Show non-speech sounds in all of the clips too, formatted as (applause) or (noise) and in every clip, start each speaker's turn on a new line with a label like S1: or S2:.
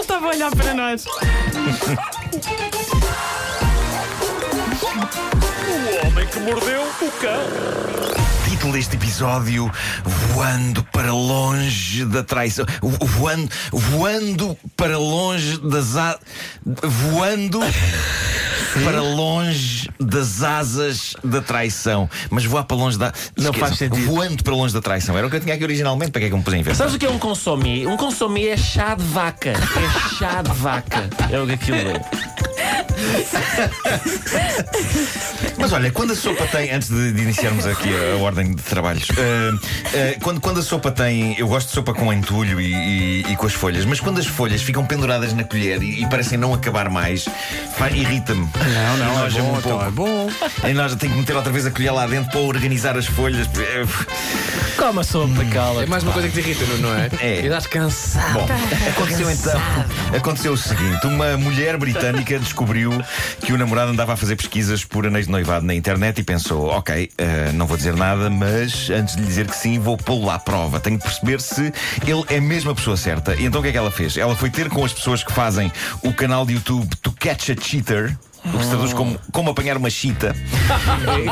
S1: estava a olhar para nós.
S2: O homem que mordeu o cão.
S3: Título deste episódio: Voando para longe da traição. Vo- Voando, voando para longe das a... Voando para longe das asas da traição. Mas voar para longe da.
S4: Não faz sentido.
S3: Voando para longe da traição. Era o que eu tinha aqui originalmente. Para que é que eu me pus a inventar?
S4: Sabes o que é um consomé? Um consomé é chá de vaca. É chá de vaca. É o que aquilo é.
S3: Mas olha, quando a sopa tem, antes de, de iniciarmos aqui a, a ordem de trabalhos, eh, eh, quando, quando a sopa tem, eu gosto de sopa com entulho e, e- e com as folhas, mas quando as folhas ficam penduradas na colher e, e parecem não acabar mais, fa- irrita-me. Não, não, é bom, um
S5: Então,
S3: pouco. é bom. E nós já tenho que meter outra vez a colher lá dentro para organizar as folhas. eh,
S4: Calma, sopa, cala.
S5: É mais uma coisa que te irrita, Nuno, não é?
S3: É.
S5: E estás cansado.
S3: Bom, aconteceu então. Aconteceu o seguinte: uma mulher britânica descobriu que o namorado andava a fazer pesquisas por anéis de noivado na internet e pensou: ok, eh, não vou dizer nada, mas antes de lhe dizer que sim, vou pô-lo à prova. Tenho de perceber se ele é mesmo a pessoa certa. E então o que é que ela fez? Ela foi ter com as pessoas que fazem o canal de YouTube To Catch a Cheater. O que se traduz como como apanhar uma chita,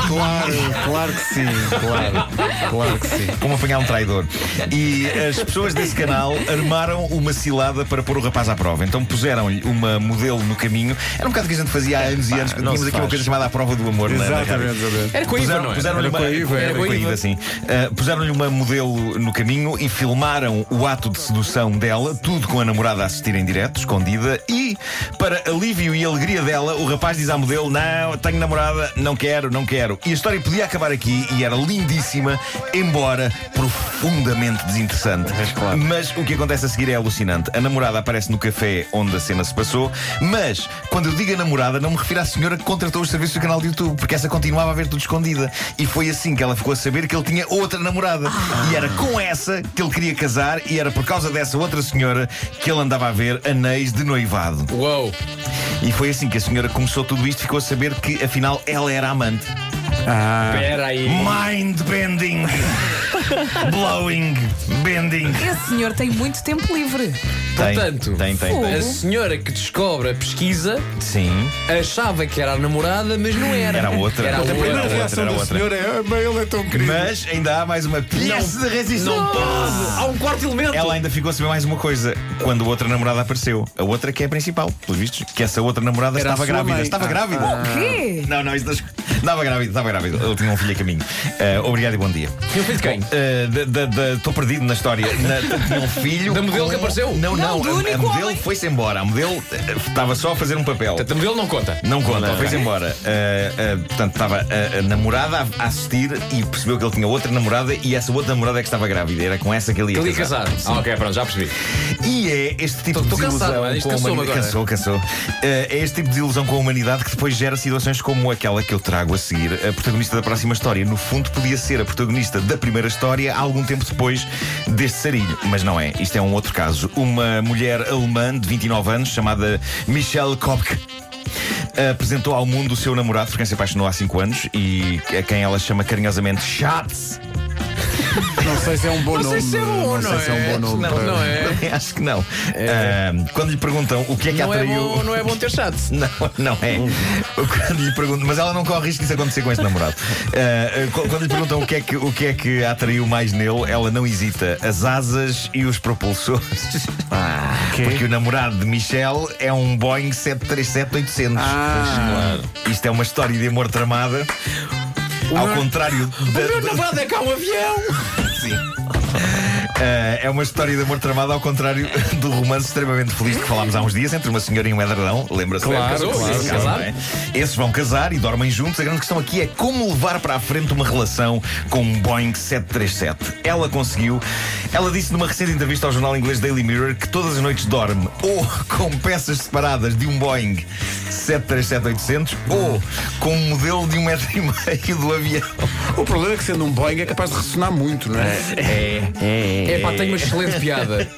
S6: Claro, claro que sim, claro, claro que sim.
S3: como apanhar um traidor. E as pessoas desse canal armaram uma cilada para pôr o rapaz à prova. Então puseram-lhe uma modelo no caminho. Era um bocado que a gente fazia há anos e anos, quando
S4: não
S3: tínhamos
S4: se
S3: aqui uma
S4: faz.
S3: coisa chamada a prova do amor. é? na- na rádio.
S6: Exatamente, exatamente.
S5: Era com a Iva, não
S3: Puseram-
S5: é?
S3: Puseram-lhe
S6: Era
S3: uma,
S6: com a Iva,
S3: era
S5: era
S3: com a
S5: com a
S3: Iva,
S5: Iva.
S3: sim. Ah, puseram-lhe uma modelo no caminho e filmaram o ato de sedução dela, tudo com a namorada a assistir em direto, escondida, e, para alívio e alegria dela, o rapaz diz à modelo: Não, tenho namorada, não quero, não quero. E a história podia acabar aqui e era lindíssima, embora profundamente desinteressante. Mas, o que acontece a seguir é alucinante. A namorada aparece no café onde a cena se passou, mas quando eu digo a namorada, não me refiro à senhora que contratou os serviços do canal de YouTube, porque essa continuava a ver tudo escondida. E foi assim que ela ficou a saber que ele tinha outra namorada. E era com essa que ele queria casar, e era por causa dessa outra senhora que ele andava a ver anéis de noivado.
S5: Uou!
S3: E foi assim que a senhora começou tudo isto, ficou a saber que afinal ela era amante.
S5: Espera aí.
S3: Mind bending,
S6: (laughs)
S3: blowing, bending.
S1: Esse senhor tem muito tempo livre.
S5: Portanto,
S3: tem, tem, tem.
S5: A senhora que descobre a pesquisa
S3: Sim.
S5: achava que era a namorada, mas não era.
S3: Era outra.
S5: Era a
S3: Até porque
S6: A
S5: outra.
S3: não- outra,
S6: reação
S3: era
S6: do
S3: outra.
S6: senhor é, "Ah, mas ele é tão querido.
S3: Mas ainda há mais uma peça de resistência.
S5: Não pode! Há um quarto elemento!
S3: Ela ainda ficou a saber mais uma coisa. Quando a outra namorada apareceu, a outra que é a principal, pelos vistos, que essa outra namorada
S6: Era a
S3: estava
S6: sua
S3: grávida.
S6: mãe.
S3: Estava
S6: Ah,
S3: grávida.
S1: Quê?
S3: Não, não, isso das... Estava grávida, estava grávida. Eu tinha um filho a caminho. Eh, obrigado e bom dia.
S5: Tinha um filho de quem?
S3: Eh, Estou perdido na história. Na- tinha um filho.
S5: Da modelo
S3: com-
S5: que apareceu?
S3: Não, não.
S1: Não, do
S3: a- a,
S1: único
S3: modelo
S1: homem.
S3: foi-se embora. A modelo eh, estava só a fazer um papel.
S5: Portanto, ele não é conta.
S3: Não conta, foi-se embora. Ah, ah, portanto, estava a, a namorada a, a assistir e percebeu que ele tinha outra namorada e essa outra namorada é que estava grávida. Era com essa que ele ia
S5: Ele ia
S3: casar.
S5: casar. Ah, ok, pronto, já percebi.
S3: E é este tipo
S5: Tô-
S3: de
S5: tô cansado,
S3: desilusão
S5: mano. Isto
S3: com a
S5: cansou-me
S3: humanidade.
S5: agora.
S3: Cansou, cansou. Eh, é este tipo de ilusão com a humanidade que depois gera situações como aquela que eu trago a seguir. A protagonista da próxima história, no fundo, podia ser a protagonista da primeira história algum tempo depois deste sarilho. Mas não é. Isto é um outro caso. Uma mulher alemã de 29 anos, chamada Michelle Kopke. Apresentou ao mundo o seu namorado, por quem se apaixonou há 5 anos e a quem ela chama carinhosamente Schatz.
S6: Não sei se é um bom nome.
S5: se é bom,
S6: não sei
S5: não
S6: se é um
S5: é?
S6: bom nome. para-
S5: não é?
S3: (laughs) Acho que não. Ah, quando lhe perguntam o que é que
S5: Não é,
S3: atraiu.
S5: bom, não é bom ter chato.
S3: (laughs) Não, não é. Quando lhe pergunto, mas ela não corre risco disso acontecer com este namorado. Ah, ah, qu- quando lhe perguntam o que, é que, o que é que a atraiu mais nele, ela não hesita. As asas e os propulsores. Porque o namorado de Michelle é um Boeing 737-800.
S6: Ah.
S3: Pois, claro. Isto é uma história de amor tramada. Ao contrário da.
S5: O meu
S3: da-
S5: namorado é cá um avião!
S3: Sim. Ah, é uma história de amor tramada ao contrário (laughs) do romance extremamente feliz que falámos há uns dias entre uma senhora e um edredão. Lembra-se?
S5: Claro,
S3: Casou,
S5: claro,
S3: esses
S5: claro.
S3: casam, não é? Esses vão casar e dormem juntos. A grande questão aqui é como levar para a frente uma relação com um Boeing 737. Ela conseguiu. Ela disse numa recente entrevista ao jornal inglês Daily Mirror que todas as noites dorme ou (laughs) com peças separadas de um Boeing 737-800 ou com um modelo de um metro e meio do avião.
S6: O problema é que sendo um Boeing é capaz de ressonar muito, não é?
S3: É.
S5: É pá, tenho uma excelente piada.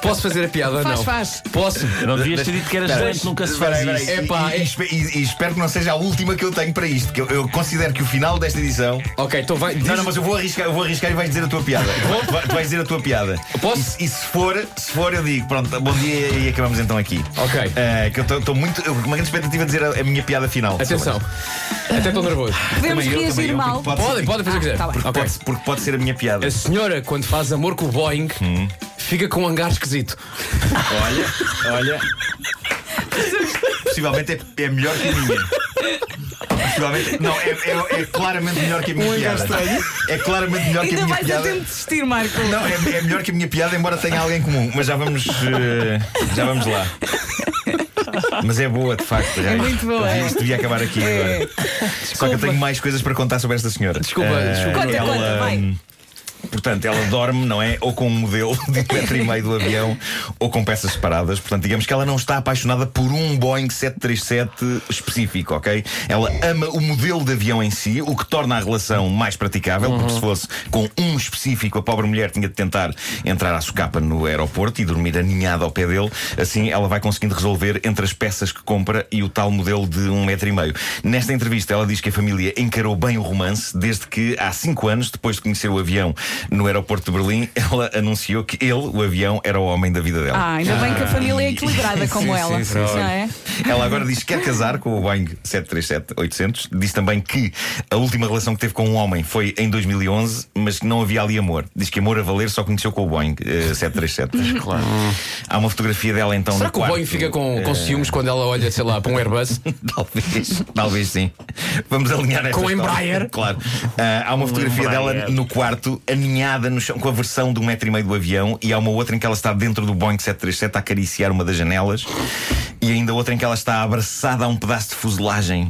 S5: Posso fazer a piada ou
S1: Faz,
S5: não?
S1: faz.
S5: Posso?
S4: Não devias ter dito que era excelente, nunca se faz
S3: Espera aí,
S4: isso.
S3: espera
S5: Epá,
S3: aí. E- e-
S5: é-
S3: espe- e, e espero que não seja a última que eu tenho para isto. Que eu, eu considero que o final desta edição.
S5: Ok, então vai.
S3: Não,
S5: diz-
S3: não, mas eu vou arriscar, eu vou arriscar e vais dizer a tua piada. Tu vai- tu vais dizer a tua piada.
S5: Posso?
S3: E, se- e se for, se for, eu digo, pronto, bom dia e acabamos então aqui.
S5: Ok.
S3: Eh, que eu estou muito. eu- Uma grande expectativa de dizer a, a minha piada final.
S5: Atenção. Até estou nervoso.
S1: Podemos
S3: eu,
S1: reagir
S3: também eu,
S1: mal.
S3: porque pode-
S5: Podem, podem fazer o que
S1: Ah,
S5: quiser.
S1: tá bem.
S3: Porque,
S5: Ok.
S3: pode, porque pode ser a minha (laughs) piada.
S5: A senhora, quando faz amor com o Boeing,
S3: Hum.
S5: fica com um hangar esquisito.
S3: Olha, olha. Possivelmente é, é melhor que a minha. Possivelmente. Não, é, é- é claramente melhor que a minha piada. É claramente melhor que a
S1: Ainda
S3: minha
S1: vais a
S3: piada.
S1: tempo de desistir, Marco.
S3: Não, é, é melhor que a minha piada, embora tenha alguém em comum. Mas já vamos. eh, já vamos lá. Mas é boa, de facto. É
S1: muito boa, é.
S3: Isto devia acabar aqui agora. Só que eu tenho mais coisas para contar sobre esta senhora.
S5: Desculpa,
S3: Eh,
S5: desculpa.
S1: Conta,
S3: ela, hum,
S1: conta, vai.
S3: Portanto, ela dorme, não é? Ou com um modelo de um metro e meio do avião, ou com peças separadas. Portanto, digamos que ela não está apaixonada por um Boeing 737 específico, ok? Ela ama o modelo de avião em si, o que torna a relação mais praticável, porque se fosse com um específico, a pobre mulher tinha de tentar entrar à socapa no aeroporto e dormir aninhada ao pé dele. Assim, ela vai conseguindo resolver entre as peças que compra e o tal modelo de um metro e meio. Nesta entrevista, ela diz que a família encarou bem o romance, desde que há cinco anos, depois de conhecer o avião no aeroporto de Berlim, (laughs) ela anunciou que ele, o avião, era o homem da vida dela.
S1: Ah, ainda bem que a família é equilibrada como
S6: Sim,
S1: ela.
S6: sim, sim,
S1: não
S6: sim.
S1: é?
S3: (laughs) Ela agora diz que quer casar com o Boeing 737-800. Diz também que a última relação que teve com um homem foi em 2011, mas que não havia ali amor. Diz que amor a valer só conheceu com o Boeing eh, 737. claro. Hum. Há uma fotografia dela então
S5: Será
S3: no
S5: que o
S3: quarto. É.
S5: Boeing fica com, com ciúmes quando ela olha, sei lá, para um
S3: (laughs)
S5: Airbus?
S3: Talvez, talvez sim. Vamos alinhar esta
S5: Com
S3: história.
S5: Embraer?
S3: (laughs) Claro. Ah, há uma fotografia
S4: Embraer.
S3: dela no quarto, aninhada no chão, com a versão de um metro e meio do avião, e há uma outra em que ela está dentro do Boeing 737 a acariciar uma das janelas, e ainda outra em que ela está abraçada a um pedaço de (laughs) fuselagem.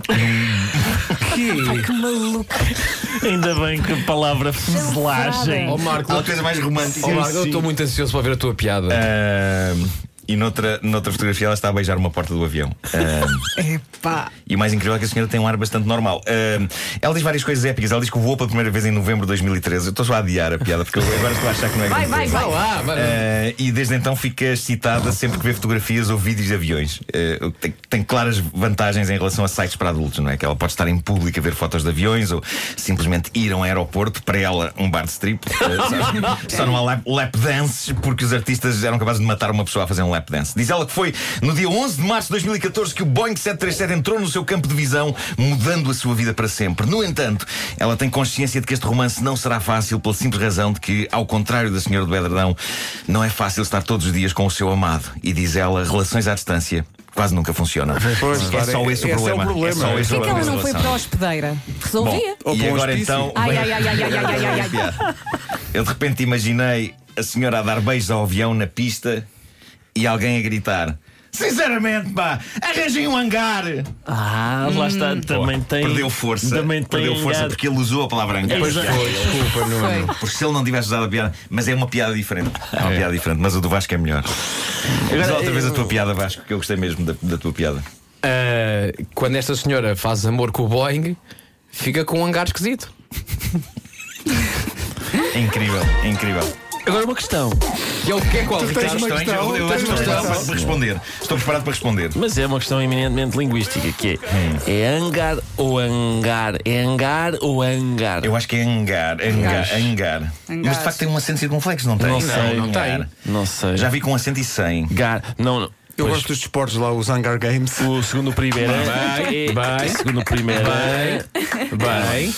S1: Que maluco.
S4: Ainda bem que a palavra fuselagem.
S5: Ó Oh, Marco,
S3: Uma coisa mais romântica.
S5: ó, Marco, eu estou muito ansioso para ver a tua piada.
S3: Ah, e noutra, noutra fotografia ela está a beijar uma porta do avião. Ah,
S1: Epá.
S3: E o mais incrível é que a senhora tem um ar bastante normal. Ahm, ela diz várias coisas épicas. Ela diz que voou pela primeira vez em novembro de 2013. Eu estou só a adiar a piada, porque eu agora estou a achar que não é
S1: Vai,
S3: grande
S1: vai,
S3: coisa.
S1: vai.
S5: Ah, vai.
S3: Ah, e desde então fica excitada sempre que vê fotografias ou vídeos de aviões. Ah, o que tem, tem claras vantagens em relação a sites para adultos, não é? Que ela pode estar em público a ver fotos de aviões ou simplesmente ir a um aeroporto, para ela, um bar de
S1: (laughs)
S3: strip. Ah, só- só não há lap, lap dances, porque os artistas eram capazes de matar uma pessoa a fazer um lap dance. Diz ela que foi no dia 11 de março de 2014 que o Boeing 737 entrou no seu campo de visão, mudando a sua vida para sempre. No entanto, ela tem consciência de que este romance não será fácil, pela simples razão de que, ao contrário da Senhora do Bedradão, não é fácil estar todos os dias com o seu amado. E diz ela, relações à distância quase nunca funcionam. é só esse o
S6: esse é o
S3: problema.
S6: problema.
S3: só esse
S1: Porquê que ela
S3: problema
S1: não
S3: da
S1: foi para a
S3: relação.
S1: hospedeira?
S3: Bom,
S1: Resolvia.
S6: Ou
S3: e
S6: para um
S3: agora
S6: hospício.
S3: então.
S1: Ai,
S3: vem-
S1: ai, ai, ai, ai, ai, ai, ai, ai.
S3: Eu de repente imaginei a senhora a dar beijos ao avião na pista e alguém a gritar: Sinceramente, pá, arranjem um hangar!
S4: Ah, lá
S1: Hum.
S4: está. Também tem.
S3: Perdeu força.
S4: Também tem.
S3: Perdeu força
S4: engado.
S3: porque ele usou a palavra hangar.
S4: Pois é.
S5: Pois, desculpa, Nuno.
S3: Porque se ele não tivesse usado a piada. Mas é uma piada diferente. É uma piada diferente, mas o do Vasco é melhor. Diz outra vez a tua piada, Vasco, que eu gostei mesmo da, da tua piada.
S5: Ah, quando esta senhora faz amor com o Boeing, fica com um hangar esquisito.
S3: É incrível, é incrível.
S4: Agora uma questão.
S5: E é o que é qual,
S6: tens
S5: Ricardo?
S6: uma
S3: Questões?
S6: questão,
S3: eu, eu
S6: tens
S3: acho que
S6: uma
S3: estou preparado
S6: questão.
S3: para responder. Estou preparado para responder.
S4: Mas é uma questão eminentemente linguística,
S3: Hum.
S4: que é, é hangar ou hangar? É hangar ou hangar?
S3: Eu acho que é hangar, hangar, hangar. Mas de facto tem um acento circunflexo, não tem?
S4: Não sei.
S3: não
S5: Não
S3: tem.
S4: Não sei.
S3: Já vi com um acento e sem.
S4: Gar... Não, não.
S6: Eu
S4: Pois,
S6: gosto dos esportes lá, os Hangar Games.
S4: O segundo primeiro é.
S5: bem.
S4: Segundo primeiro é.
S5: Bem,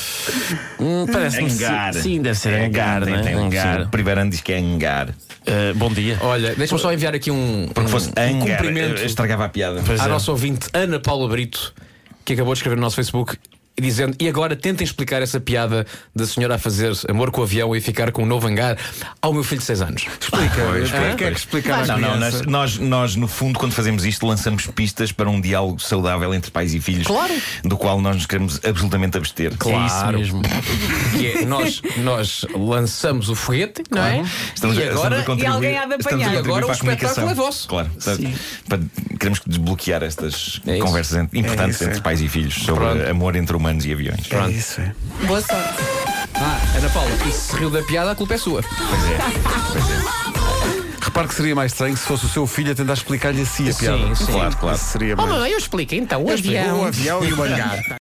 S4: Hum, Parece-me.
S3: Hangar.
S4: Sim, sim, deve ser
S3: É,
S4: hangar,
S3: tem-
S4: não é?
S3: tem um- sim,
S4: Hangar.
S3: O primeiro ano diz que é hangar.
S4: Ah, bom dia.
S5: olha, deixa-me só enviar aqui um,
S3: Porque
S5: um-
S3: fosse
S5: um
S3: hangar,
S5: cumprimento é,
S3: eh, estragava a piada.
S5: à nossa ouvinte Ana Paula Brito, que acabou de escrever no nosso Facebook, dizendo: E agora tentem explicar essa piada da senhora a fazer amor com o avião e ficar com um novo hangar ao meu filho de 6 anos.
S6: Explica,
S3: Ah, Pois, pois,
S6: quem quer
S3: pois.
S6: que explicar à
S3: Não, não, nós,
S6: criança?
S3: nós, nós, no fundo, quando fazemos isto, lançamos pistas para um diálogo saudável entre pais e filhos,
S5: Claro.
S3: do qual nós nos queremos absolutamente abster.
S4: É isso mesmo.
S5: Que é, nós, nós lançamos o foguete, não é?
S3: Estamos
S5: e
S3: a-
S5: agora.
S3: estamos a contribuir-
S1: e alguém há de
S3: estamos a
S1: apanhar.
S3: contribuir
S5: Agora o
S3: para a comunicação.
S5: espetáculo é vosso.
S3: Claro. Portanto, para- queremos desbloquear estas
S5: É isso.
S3: conversas ent- importantes
S6: isso,
S3: entre
S6: é.
S3: pais e filhos sobre
S5: Pronto.
S3: amor entre humanos e aviões.
S6: É isso, é.
S1: Boa sorte.
S5: Ah, Ana Paula, se riu da piada, a culpa é sua.
S6: Repare que seria mais estranho se fosse o seu filho a tentar explicar-lhe assim a piada.
S5: Sim, sim.
S3: Claro, claro.
S6: Seria
S5: Oh,
S6: mais...
S5: mamãe, eu expliquei então. O
S1: Avião.
S6: O avião e o hangar.